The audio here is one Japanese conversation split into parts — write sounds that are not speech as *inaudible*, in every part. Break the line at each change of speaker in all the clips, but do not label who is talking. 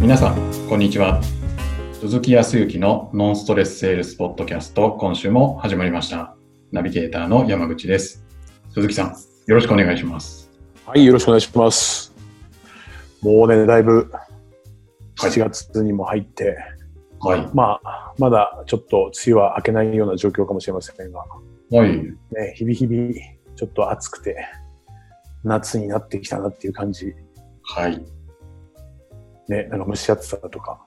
皆さん、こんにちは。鈴木康之のノンストレスセールスポッドキャスト、今週も始まりました。ナビゲーターの山口です。鈴木さん、よろしくお願いします。
はい、よろしくお願いします。もうね、だいぶ
はい
7月にも入って、
はい。
まあ、まだちょっと梅雨は明けないような状況かもしれませんが、
はい。
ね、日々日々ちょっと暑くて、夏になってきたなっていう感じ、
はい。
ね、なんか蒸し暑さとか、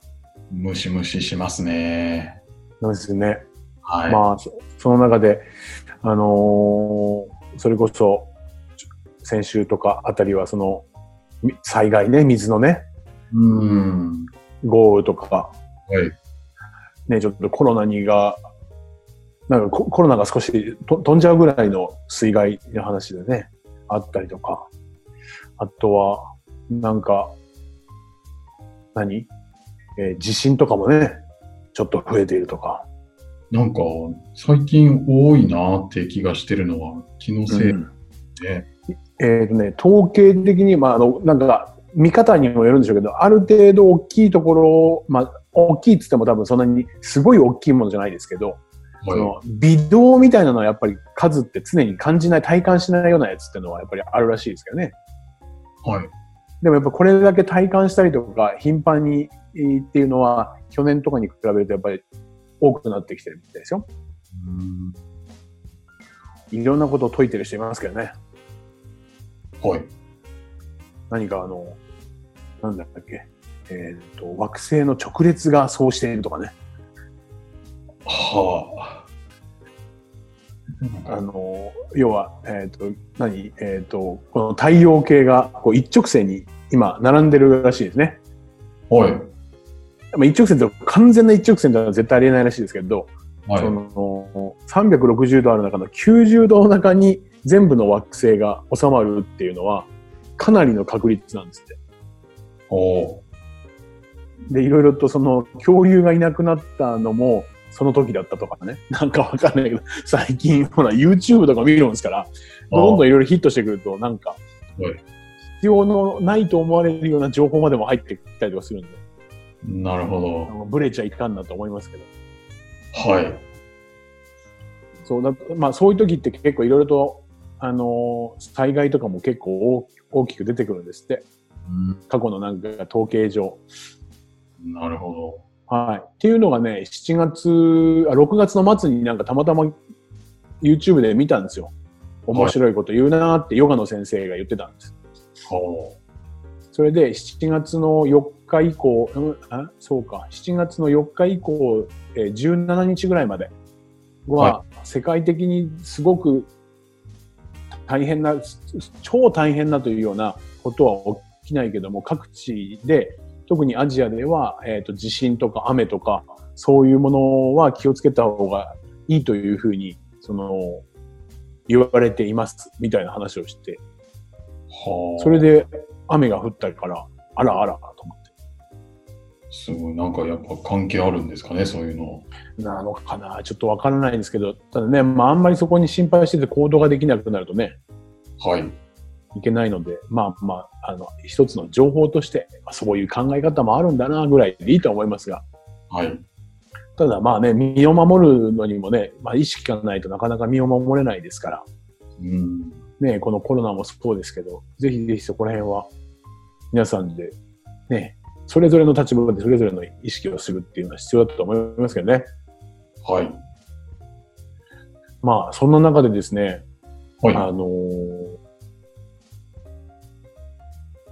ムシムシしますね。
なんですよね。
はい。
まあ、そその中で、あのーそれこそ、先週とかあたりは、その、み災害ね、水のね、
うーん。
豪雨とか、
はい。
ね、ちょっとコロナにが、なんかココロナが少しと飛んじゃうぐらいの水害の話でね、あったりとか、あとは、なんか、何、えー地震とかもね、ちょっと増えているとか、
なんか、最近多いなって気がしてるのは、気のせい
うん
で。
えっ、とね、統計的に、まあ、あの、なんか、見方にもよるんでしょうけど、ある程度大きいところ、まあ、大きいって言っても多分そんなにすごい大きいものじゃないですけど、そ
はい。
の微動みたいなのはやっぱり数って常に感じない体感しないようなやつっていうのはやっぱりあるらしいですけどね
はい。
でもやっぱこれだけ体感したりとか頻繁にえーっていうのは去年とかに比べるとやっぱり多くなってきてるみたいですよ
うーん
いろんなことを解いてる人いますけどね
はい。
何かあのなんだっけえーっと惑星の直列がそうしているとかね
はあ。
あの要は、えー、と何、えー、とこの太陽系がこう一直線に今並んでるらしいですね
はい。
まあ、一直線と完全な一直線とは絶対ありえないらしいですけど、
はい
そ。の360度ある中の90度の中に全部の惑星が収まるっていうのはかなりの確率なんですって。
おー
でいろいろとその恐竜がいなくなったのもその時だったとかね *laughs* なんかわかんないけど最近ほら YouTube とか見るんですからどんどんいろいろヒットしてくるとなんか
はい
必要のないと思われるような情報までも入ってきたりとかするんで
なるほ
あ
ど。
のブレちゃいかんなと思いますけど。
はい。
そうだまあ、そういう時って結構いろいろと、あのー災害とかも結構大大きく出てくるんですって過去のなんか統計上。
なるほ
はい、っていうのがね7月あ6月の末になんかたまたま YouTube で見たんですよ面白いこと言うなーってヨガの先生が言ってたんです。
ど。は
それで7月の4日以降、うん、あそうか、7月の4日以降、えー17日ぐらいまでは、世界的にすごく大変な、す超大変なというようなことは起きないけども、各地で、特にアジアでは、えー、と地震とか雨とか、そういうものは気をつけた方がいいというふうに、その、言われています、みたいな話をして、
あ。
それ。で雨が降ったから、あらあらと思っ
すごい。なんかやっぱ関係あるんですかね、そういうの。
て、なのかな、ちょっとわからないんですけど、ただね、まあ、あんまりそこに心配してて行動ができなくなるとね、
はい。
いけないので、まあまあ、あの、一つの情報として、まあそういう考え方もあるんだな、ぐらいでいいとは思いますが、
はい。
ただまあね、身を守るのにもね、まあ意識がないとなかなか身を守れないですから、
うん。
ね、このコロナもそうですけど、ぜひぜひそこら辺は、皆さんで、ね、それぞれの立場でそれぞれの意識をするっていうのは必要だと思いますけどね。
はい。
まあ、そんな中でですね、
はい。
あのー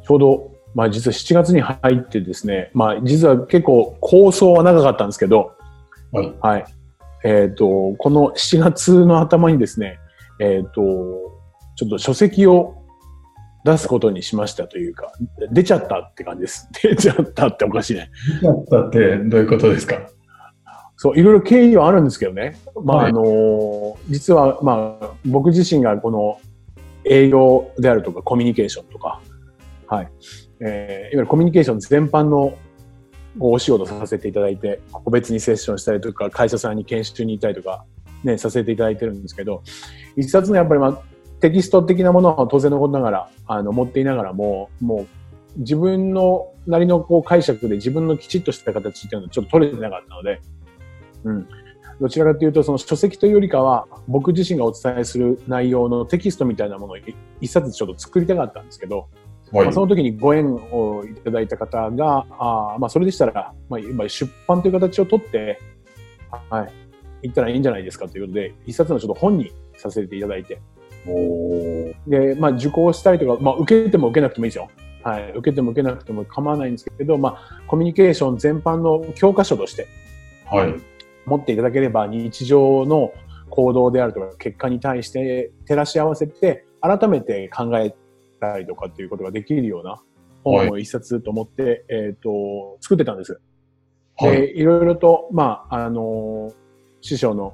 ちょうど、まあ実は7月に入ってですね、まあ実は結構構想は長かったんですけど、
はい。
はい。えっ、と、この7月の頭にですね、えっ、と、ちょっと書籍を出すことにしましたというか、出ちゃったって感じです。 *laughs* 出ちゃったっておかしいね。
だったってどういうことですか
そう、いろいろ経緯はあるんですけどね。まあ、
はい
あのー実は、まあ、僕自身がこの営業であるとか、コミュニケーションとか、はい。えーいわゆるコミュニケーション全般のこうお仕事させていただいて、個別にセッションしたりとか、会社さんに研修に行ったりとか、ね、させていただいてるんですけど、一冊のやっぱり、まあ、テキスト的なものは当然のことながら、あの、持っていながらも、もう、自分のなりのこう解釈で自分のきちっとした形っていうのはちょっと取れてなかったので、うん。どちらかというと、その書籍というよりかは、僕自身がお伝えする内容のテキストみたいなものを一冊ちょっと作りたかったんですけど、
はい
まあ、その時にご縁をいただいた方が、あまあ、それでしたら、まあ、今出版という形をとって、はい、行ったらいいんじゃないですかということで、一冊のちょっと本にさせていただいて、
お
で、まあ、受講したりとか、まあ、受けても受けなくてもいいですよ。はい、受けても受けなくても構わないんですけど、まあ、コミュニケーション全般の教科書として、
はい、
持っていただければ、日常の行動であるとか、結果に対して照らし合わせて、改めて考えたりとかっていうことができるような本を一冊と思って、はい、えっ、と、作ってたんです。
はい、
で、いろいろと、まあ、あのー、師匠の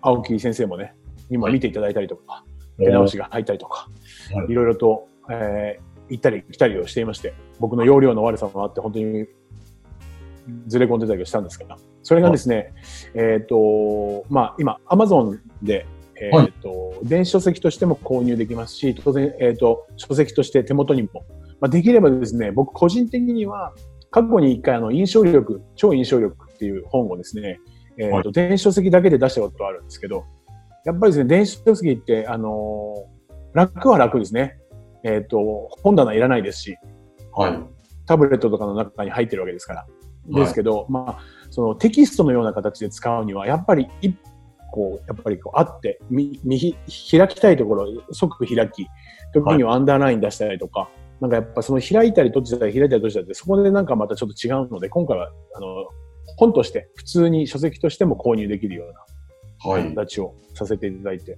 青木先生もね、にも見ていただいたりとか、手直しが入ったりとか、はい、いろいろと、えー、行ったり来たりをしていまして、僕の容量の悪さもあって、本当にずれ込んでたりしたんですけど、それがですね、はい、えっ、と、まあ、今、アマゾンで、えっ、ー、と、はい、電子書籍としても購入できますし、当然、えっ、ー、と、書籍として手元にも、まあ、できればですね、僕個人的には、過去に一回、あの、印象力、超印象力っていう本をですね、えっ、ー、と、はい、電子書籍だけで出したことあるんですけど、やっぱりですね、電子書籍って、あの楽は楽ですね。えっ、と、本棚いらないですし、
はい。
タブレットとかの中に入ってるわけですから。ですけど、はい、まあ、そのテキストのような形で使うには、やっぱり一個、やっぱりこうあって、見、見、開きたいところ、即開き、時にはアンダーライン出したりとか、はい、なんかやっぱその開いたり閉じたり開いたり閉じたりって、そこでなんかまたちょっと違うので、今回は、あの、本として、普通に書籍としても購入できるような形をさせていただいて、は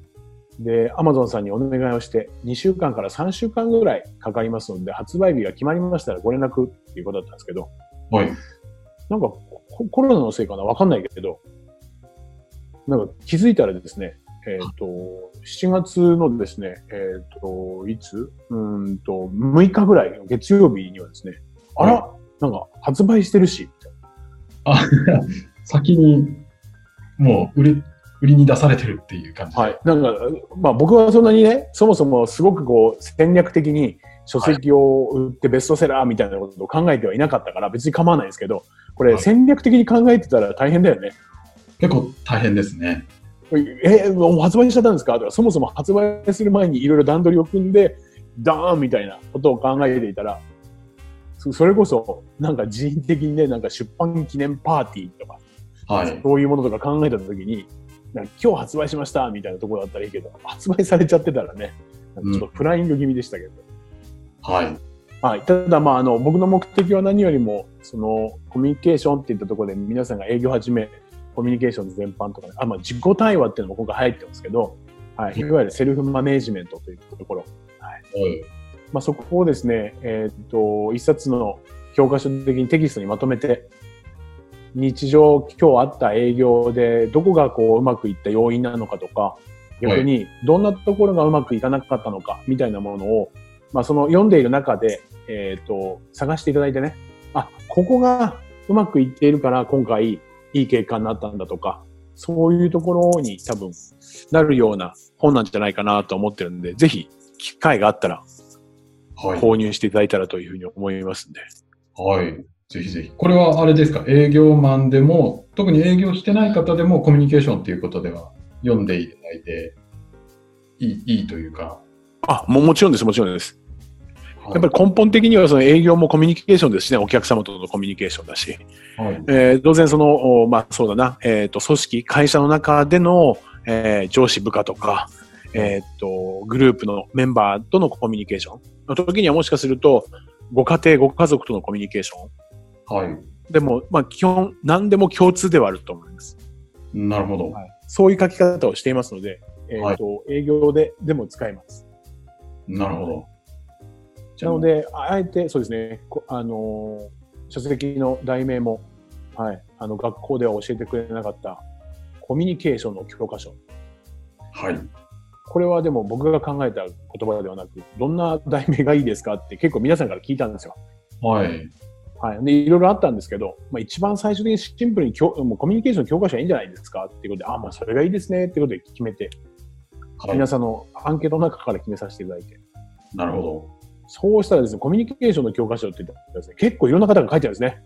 い、で、アマゾンさんにお願いをして、2週間から3週間ぐらいかかりますので、発売日が決まりましたらご連絡っていうことだったんですけど、
はい。
なんかコロナのせいかなわかんないけど、なんか気づいたらですね、えっ、ー、と、7月のですね、えっ、ー、と、いつうんと、6日ぐらい、月曜日にはですね、あら、はい、なんか発売してるし、
あ、先に、もう売り、売りに出されてるっていう感じ。
はい。なんか、まあ僕はそんなにね、そもそもすごくこう戦略的に書籍を売ってベストセラーみたいなことを考えてはいなかったから別に構わないですけど、これ戦略的に考えてたら大変だよね。
結構大変ですね。
え、もう発売しちゃったんですかとか、そもそも発売する前にいろいろ段取りを組んで、ダーンみたいなことを考えていたら、それこそ、なんか人員的にね、なんか出版記念パーティーとか、
はい、
そういうものとか考えたときに、なんか今日発売しましたみたいなところだったらいいけど、発売されちゃってたらね、なんかちょっとフライング気味でしたけど。
うん、はい。
はい、ただ、まあ、あの僕の目的は何よりもそのコミュニケーションっていったところで皆さんが営業はじめコミュニケーション全般とか、ね、あまあ、自己対話っていうのも今回入ってますけど、はい、いわゆるセルフマネージメントというところ、はいまあ、そこをですね、えー、っと一冊の教科書的にテキストにまとめて日常今日あった営業でどこがこううまくいった要因なのかとか逆にどんなところがうまくいかなかったのかみたいなものをまあ、その読んでいる中で、えっ、ー、と、探していただいてね、あ、ここがうまくいっているから今回いい結果になったんだとか、そういうところに多分なるような本なんじゃないかなと思ってるんで、ぜひ機会があったら購入していただいたらというふうに思いますんで。
はい。はい、ぜひぜひ。これはあれですか、営業マンでも、特に営業してない方でもコミュニケーションということでは読んでいただいていいいいというか。
あ、ももちろんです、もちろんです。やっぱり根本的にはその営業もコミュニケーションですしね、お客様とのコミュニケーションだし、
はい、
えー、当然その、まあそうだな、えっ、ー、と、組織、会社の中での、えー、上司部下とか、えっ、ー、と、グループのメンバーとのコミュニケーションの時にはもしかすると、ご家庭、ご家族とのコミュニケーシ
ョン。はい。
でも、まあ基本、何でも共通ではあると思います。
なるほど。
はい、そういう書き方をしていますので、えっ、と、はい、営業で、でも使えます。
なるほど。
なので、あえて、そうですね、あのー、書籍の題名も、はい、あの、学校では教えてくれなかった、コミュニケーションの教科書。
はい。
これはでも僕が考えた言葉ではなく、どんな題名がいいですかって結構皆さんから聞いたんですよ。
はい。
はい。で、いろいろあったんですけど、まあ一番最終的にシンプルにきょもうコミュニケーション教科書はいいんじゃないですかっていうことで、あ、まあそれがいいですねってことで決めて、はい、皆さんのアンケートの中から決めさせていただいて。
なるほど。
そうしたらですね、コミュニケーションの教科書って言ったらですね、結構いろんな方が書いてあるんですね。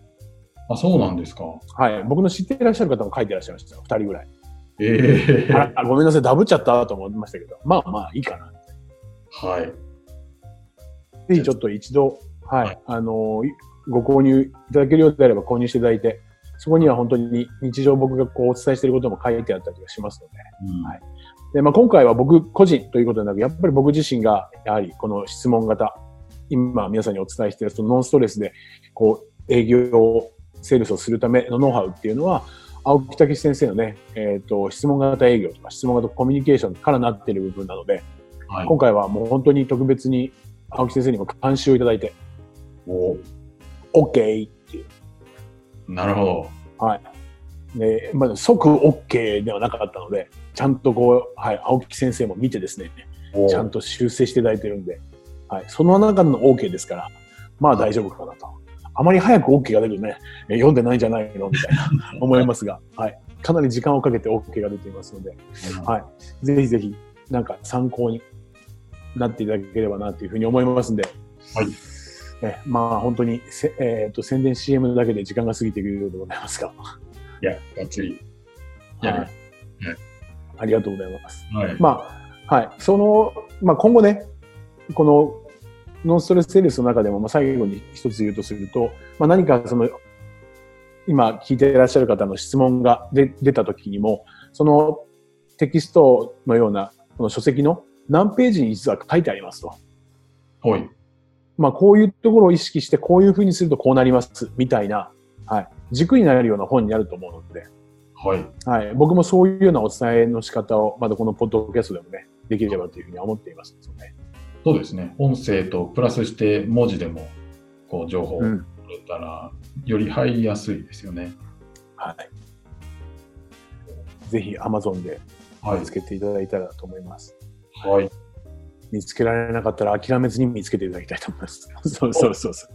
あ、そうなんですか。
はい。僕の知っていらっしゃる方が書いていらっしゃいました。2人ぐらい。
ええ
あらあごめんなさい、ダブっちゃったと思いましたけど、まあまあいいかな。
はい。
ぜひちょっと一度、はい、
はい
あのーご購入いただけるようであれば購入していただいて、そこには本当に日常僕がこうお伝えしていることも書いてあったりはしますので。
うん
はいで、まあ、今回は僕個人ということでなく、やっぱり僕自身が、やはりこの質問型、今皆さんにお伝えしているそのノンストレスで、こう、営業、セールスをするためのノウハウっていうのは、青木武先生のね、えっ、と、質問型営業とか質問型コミュニケーションからなっている部分なので、
はい。
今回はもう本当に特別に青木先生にも監修をいただいて、
お
OK っていう。
なるほど。
ねまあ、即 OK ではなかったので、ちゃんとこう、はい、青木先生も見てですね、
お
ちゃんと修正していただいてるんで、はい、その中の OK ですから、まあ大丈夫かなと。あまり早く OK が出るとね、え読んでないんじゃないのみたいな思いますが、 *laughs* はい、かなり時間をかけて OK が出ていますので、
は
はい、ぜひぜひ、なんか参考になっていただければなというふうに思いますんで、
はい
ね、まあ本当にせ、えーと宣伝 CM だけで時間が過ぎていくようでございますが、
い。いや、ばっちり。や
はいありがとうございます。
はい。
まあ、はい、その、まあ、今後ね、このノンストレスセールスの中でも、まあ、最後に一つ言うとすると、まあ、何かその、今聞いていらっしゃる方の質問が出出た時にも、そのテキストのような、この書籍の何ページに実は書いてありますと。
はい。
まあ、こういうところを意識して、こういうふうにするとこうなります、みたいな、はい、軸になれるような本になると思うので、
はい。
はい、僕もそういうようなお伝えの仕方を、まだこのポッドキャストでもね、できればというふうには思っていますので、
そうですね。音声とプラスして文字でも、こう、情報を取
ん、
れたら、より入りやすいですよね。
はい。ぜひ Amazon で
はい
見つ。けていただいたらと思います。
はい。
見つけられなかったら諦めずに見つけていただきたいと思います。 *laughs* そうそうそうそ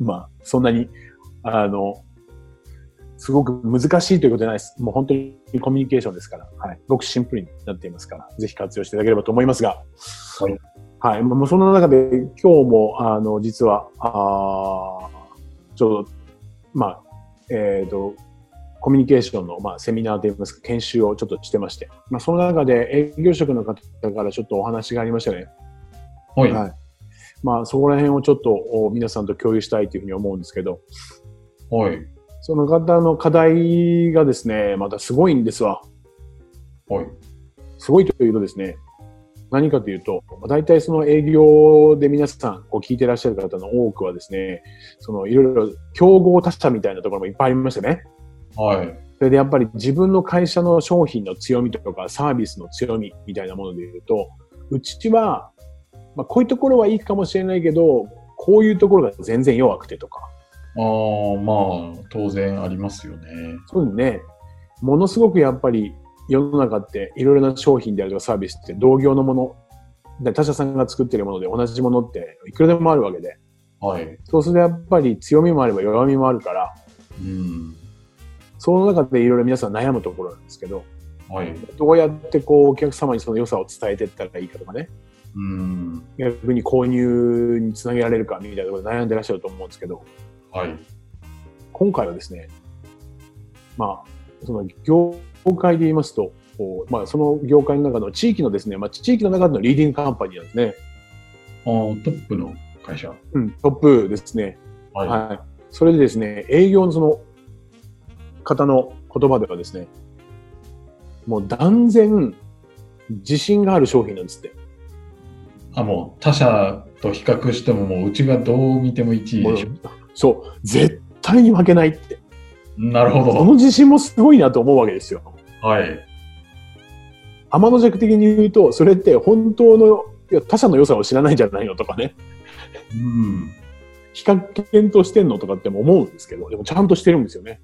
う。まあ、そんなに、あの、すごく難しいということじゃないです。もう本当にコミュニケーションですから、はい、ごくシンプルになっていますから、ぜひ活用していただければと思いますが、
はい。
はい、もうその中で今日もあの実はあーちょうどまあえっ、とコミュニケーションの、まあ、セミナーといいますか研修をちょっとしてまして、まあ、その中で営業職の方からちょっとお話がありましたね、
はい。
はいまあ、そこら辺をちょっとお皆さんと共有したいというふうに思うんですけど
はい。
その方の課題がですねまたすごいんですわ
はい。
すごいというとですね、何かというと、まあ大体その営業で皆さん、こう聞いてらっしゃる方の多くはですね、そのいろいろ競合他社みたいなところもいっぱいありましたね。
はい。
それでやっぱり自分の会社の商品の強みとかサービスの強みみたいなもので言うと、うちは、まあ、こういうところはいいかもしれないけど、こういうところが全然弱くてとか、
ああ、まあ、当然ありますよね。
そうですね。ものすごくやっぱり世の中っていろいろな商品であるとかサービスって同業のもの、で他社さんが作ってるもので同じものっていくらでもあるわけで、
はい。
そうするとやっぱり強みもあれば弱みもあるから、
うん。
その中でいろいろ皆さん悩むところなんですけど、
はい。
どうやってこうお客様にその良さを伝えていったらいいかとかね、
うん。
逆に購入につなげられるかみたいなところで悩んでらっしゃると思うんですけど、
はい。
今回はですね、まあ、その業界で言いますと、こうまあ、その業界の中の地域のですね、まあ、地域の中のリーディングカンパニーなんですね。
あートップの会社。
うん、トップですね。
はい。は
はい。それでですね、営業のその方の言葉ではですね、もう断然自信がある商品なんですって。
あ、もう他社と比較しても、もううちがどう見ても1位でしょ。
そう、絶対に負けないって。
なるほ
こ
ど。
の自信もすごいなと思うわけですよ。
はい。
天の弱的に言うと、それって本当のいや他者の良さを知らないんじゃないのとかね、
うん。
比較検討してんのとかっても思うんですけど、でもちゃんとしてるんですよね。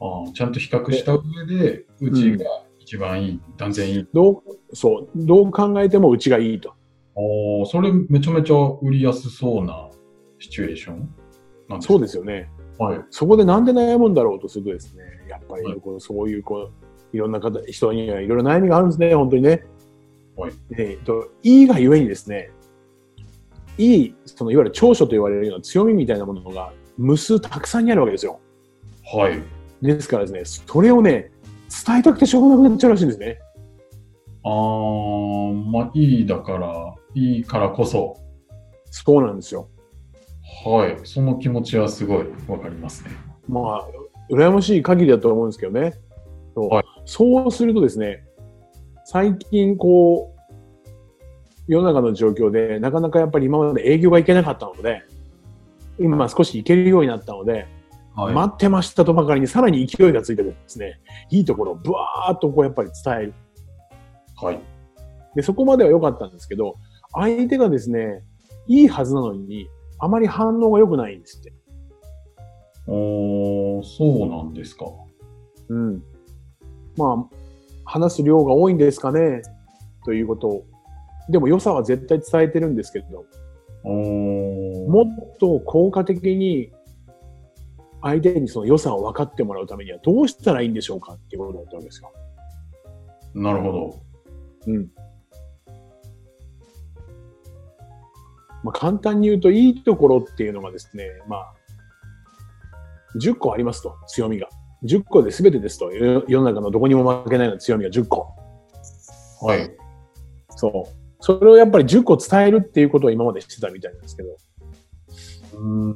あーちゃんと比較した上で、うちが一番いい、断然いい。
どう、そう、どう考えてもうちがいいと。
おーそれめちゃめちゃ売りやすそうなシチュエーションなんですか
そうですよね。
はい。
そこでなんで悩むんだろうとするとですね、やっぱ
はい
りこうそういうこう、いろんな方、人にはいろいろ悩みがあるんですね、本当にね。
はい
でえっと、いいがゆえにですね、いい、そのいわゆる長所と言われるような強みみたいなものが無数たくさんにあるわけですよ。
はい。
ですからですね、それをね、伝えたくてしょうがなくなっちゃうらしいんですね。
あー、まあ、いいだから、いいからこそ、
そうなんですよ。
はい。その気持ちはすごいわかりますね。
まあ、羨ましい限りだと思うんですけどね。そう,、
はい
そうするとですね、最近こう、世の中の状況で、なかなかやっぱり今まで営業が行けなかったので、今少し行けるようになったので、
はい。
待ってましたとばかりにさらに勢いがついてくるんですね。いいところをブワーっとこうやっぱり伝える。
はい。
で、そこまでは良かったんですけど、相手がですね、いいはずなのに、あまり反応が良くないんですって。
おー、そうなんですか。
うん。まあ、話す量が多いんですかね、ということを。でも良さは絶対伝えてるんですけど、
おー。
もっと効果的に相手にその良さを分かってもらうためにはどうしたらいいんでしょうかっていうことだったわけですよ。
なるほど。
うん。まあ、簡単に言うと、いいところっていうのがですね、まあ、10個ありますと、強みが。10個で全てですと、世世の中のどこにも負けないような強みが10個。
はい。
そう。それをやっぱり10個伝えるっていうことを今までしてたみたいなんですけど、
うん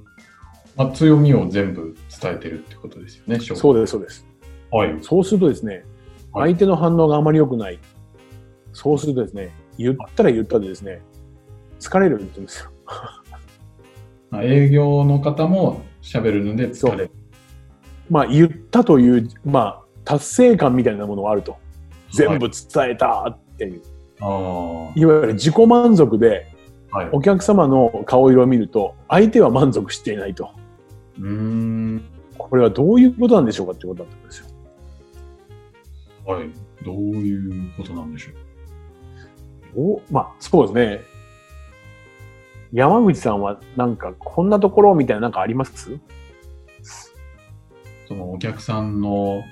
まあ、強みを全部伝えてるってことですよね、正直
そうです、そうです。
はい。
そうするとですね、
はい
相手の反応があまり良くない。そうするとですね、言ったら言ったでですね、疲れるんですよ。
まあ営業の方も喋るので疲れる。
まあ、言ったという、まあ、達成感みたいなものがあると。全部伝えたっていう。
あ
い、わゆる自己満足で、
あ。はい。
お客様の顔色を見ると、相手は満足していないと。
うーん。
これはどういうことなんでしょうかってことだったんですよ。
はい。どういうことなんでしょう。
おまあ、そうですね。山口さんはなんかこんなところみたいななんかあります
そのお客さんの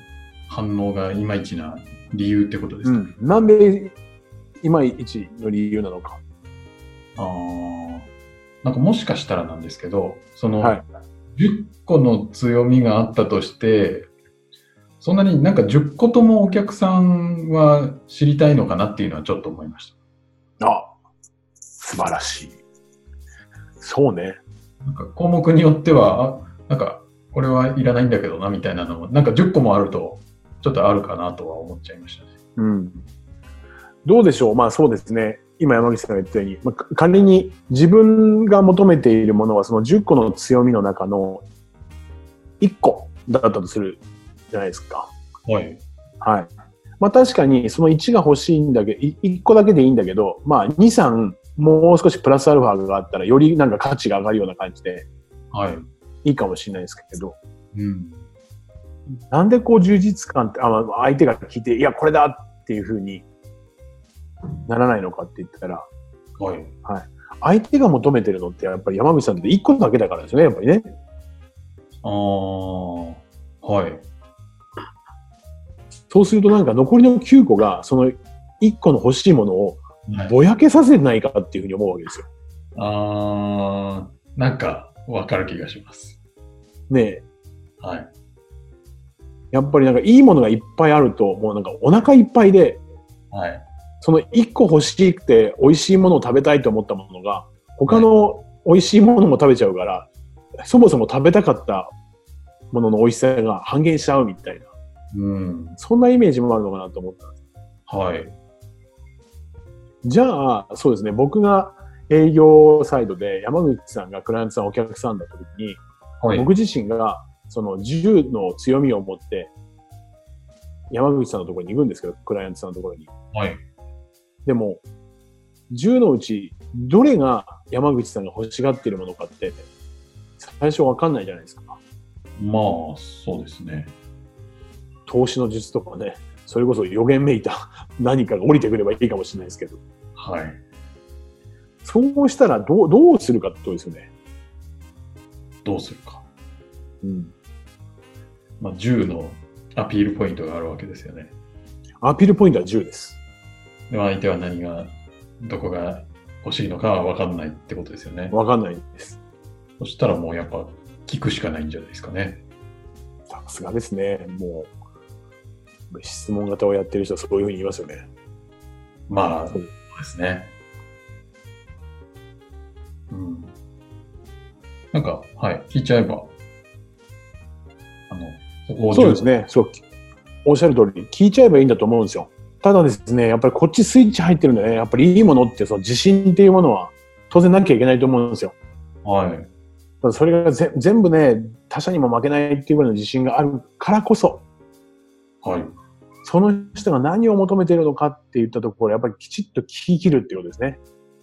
反応がいまいちな理由ってことですか、
ん。なんで、いまいちの理由なのか。
ああ。なんかもしかしたらなんですけど、その、
はい
10個の強みがあったとして、そんなになんか10個ともお客さんは知りたいのかなっていうのはちょっと思いました。
あ素晴らしい。そうね。
なんか項目によっては、あなんかこれはいらないんだけどなみたいなのも、なんか10個もあると、ちょっとあるかなとは思っちゃいましたね。
うん。どうでしょうまあそうですね。今山口さんが言ったように、まあ、か仮に自分が求めているものはその10個の強みの中の1個だったとするじゃないですか。
はい。
はい。まあ確かにその1が欲しいんだけど、い1個だけでいいんだけど、まあ2、3もう少しプラスアルファがあったらよりなんか価値が上がるような感じで
はい。
いいかもしれないですけど、
うん。
なんでこう充実感って、あまあ相手が聞いて、いや、これだっていうふうにならないのかって言ったら、
はい。
相手が求めてるのってやっぱり山口さんって1個だけだからですよね、やっぱりね。
あー。はい。
そうするとなんか残りの9個が、その1個の欲しいものを
はい、
ぼやけさせてないかっていうふうに思うわけですよ。
あー。なんかわかる気がします。
ねえ
はい。
やっぱりなんかいいものがいっぱいあると、もうなんかお腹いっぱいで、
はい。
その1個欲しくて美味しいものを食べたいと思ったものが、他の美味しいものも食べちゃうから、そもそも食べたかったものの美味しさが半減しちゃうみたいな、
うん。
そんなイメージもあるのかなと思った。
はい。
じゃあ、そうですね、僕が営業サイドで山口さんがクライアントさん、お客さんだった時に、
はい。
僕自身がその10の強みを持って、山口さんのところに行くんですけど、クライアントさんのところに。
はい。
でも、10のうち、どれが山口さんが欲しがっているものかって、最初わかんないじゃないですか。
まあ、そうですね。
投資の術とかね、それこそ予言めいた何かが降りてくればいいかもしれないですけど、
はい。
そうしたらどうどうするかってことですよね。
どうするか。
うん、
まあ、10のアピールポイントがあるわけですよね。
アピールポイントは10です。
で相手は何が、どこが欲しいのかわかんないってことですよね。
わかんないです。
そしたらもうやっぱ聞くしかないんじゃないですかね。
さすがですね。もう、質問型をやってる人はそういうふうに言いますよね。
まあ、そうですね。うん。なんか、はい、聞いちゃえば、あの、そこを
そうですね。そう。おっしゃる通り、聞いちゃえばいいんだと思うんですよ。ただですね、やっぱりこっちスイッチ入ってるんでね、やっぱりいいものって、その自信っていうものは当然なきゃいけないと思うんですよ。
はい。
ただそれがぜ全部ね、他者にも負けないっていうぐらいの自信があるからこそ、
はい。
その人が何を求めているのかって言ったところ、やっぱりきちっと聞き切るっていうことですね。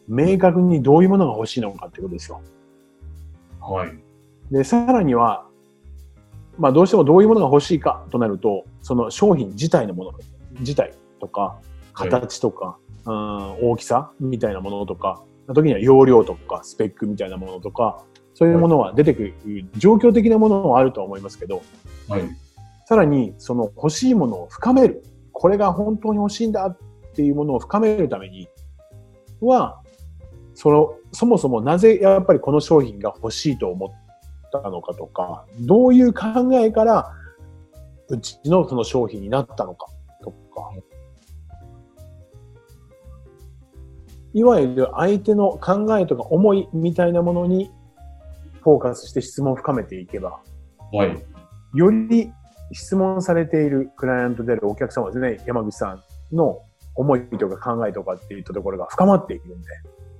明確にどういうものが欲しいのかっていうことですよ。
はい。
で、さらには、まあどうしてもどういうものが欲しいかとなると、その商品自体のもの、自体とか、形とか、うん大きさみたいなものとか、時には容量とか、スペックみたいなものとか、そういうものは出てくる、状況的なものはあるとは思いますけど、
はい。
さらにその欲しいものを深める。これが本当に欲しいんだっていうものを深めるためには、その、そもそもなぜやっぱりこの商品が欲しいと思ったのかとか、どういう考えからうちのその商品になったのかとか、いわゆる相手の考えとか思いみたいなものにフォーカスして質問を深めていけば、
はい。
より質問されているクライアントであるお客様ですね、山口さんの思いとか考えとかっていったところが深まっていくんで、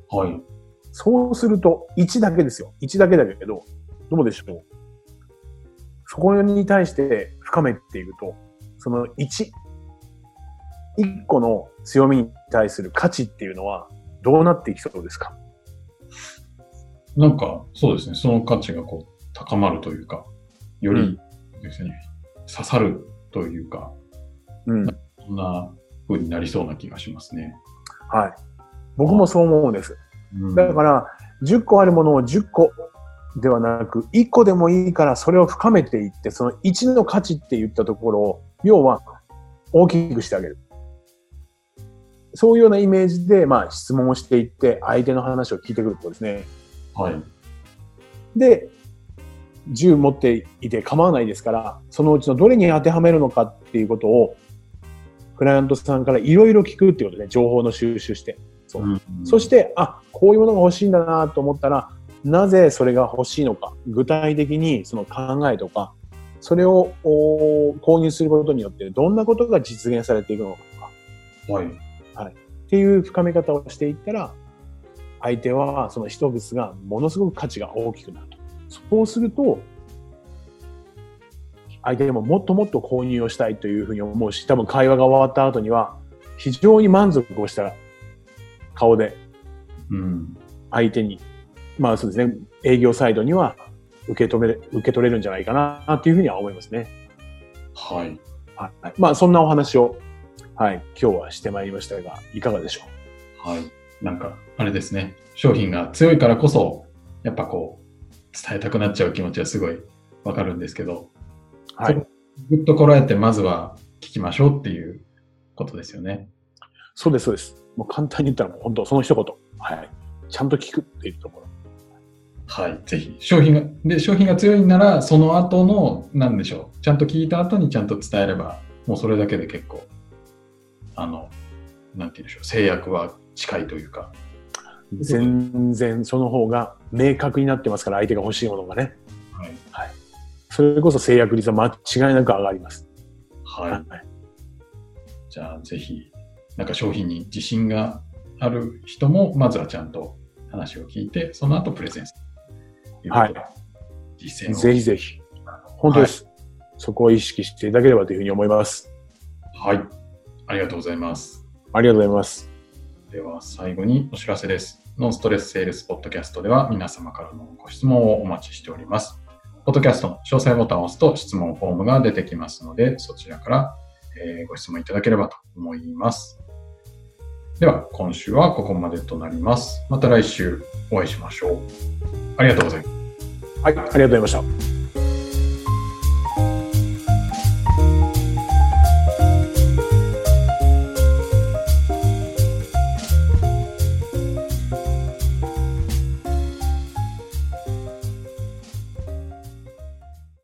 はい。
そうすると1だけですよ。1だけだけど、どうでしょう。そこに対して深めていくと、その1、1個の強みに対する価値っていうのはどうなっていきそうですか
なんか、そうですね。その価値がこう、高まるというか、より、ですね、刺さるというか、
うん。
そんな風になりそうな気がしますね。
はい。僕もそう思うんです。
うん
だから、10個あるものを10個ではなく、1個でもいいからそれを深めていって、その1の価値って言ったところを、要は大きくしてあげる。そういうようなイメージで、まあ質問をしていって、相手の話を聞いてくることですね。
はい。
で、10持っていて構わないですから、そのうちのどれに当てはめるのかっていうことを、クライアントさんからいろいろ聞くっていうことで、情報の収集して。
うん
そして、あ、こういうものが欲しいんだなと思ったら、なぜそれが欲しいのか、具体的にその考えとか、それをおー購入することによって、どんなことが実現されていくのか
はい。
っていう深め方をしていったら、相手はその一物がものすごく価値が大きくなると。そうすると、相手ももっともっと購入をしたいというふうに思うし、多分会話が終わった後には、非常に満足をした顔で
うん。
相手に、まあそうですね、営業サイドには受け止めれ、受け取れるんじゃないかなっていうふうには思いますね。
はい。
はい。まあそんなお話を、はい、今日はしてまいりましたが、いかがでしょ
はい。なんか、あれですね。商品が強いからこそ、やっぱこう、伝えたくなっちゃう気持ちはすごいわかるんですけど、
うはい。
ぐっとこらえて、まずは聞きましょうっていうことですよね。
そうです、そうです。もう簡単に言ったらもう本当その一言。はい。ちゃんと聞くっていうところ。
はい。ぜひ、商品が、で、商品が強いんなら、その後の、なんでしょう。ちゃんと聞いた後にちゃんと伝えれば、もうそれだけで結構、あの、なんて言うんでしょう。制約は近いというか、
全然その方が明確になってますから、相手が欲しいものがね。
はい。
それこそ制約率は間違いなく上がります。
はい。じゃあぜひ、なんか商品に自信がある人も、まずはちゃんと話を聞いて、その後プレゼンする。
はい
とうことで。実践を。
ぜひぜひ。本当です。そこを意識していただければというふうに思います。
はい。ありがとうございます。
ありがとうございます。
では最後にお知らせです。ノンストレスセールスポッドキャストでは皆様からのご質問をお待ちしております。ポッドキャストの詳細ボタンを押すと質問フォームが出てきますので、そちらから、えーご質問いただければと思います。では今週はここまでとなります。また来週お会いしましょう。ありがとうございます。
はい、ありがとうございました。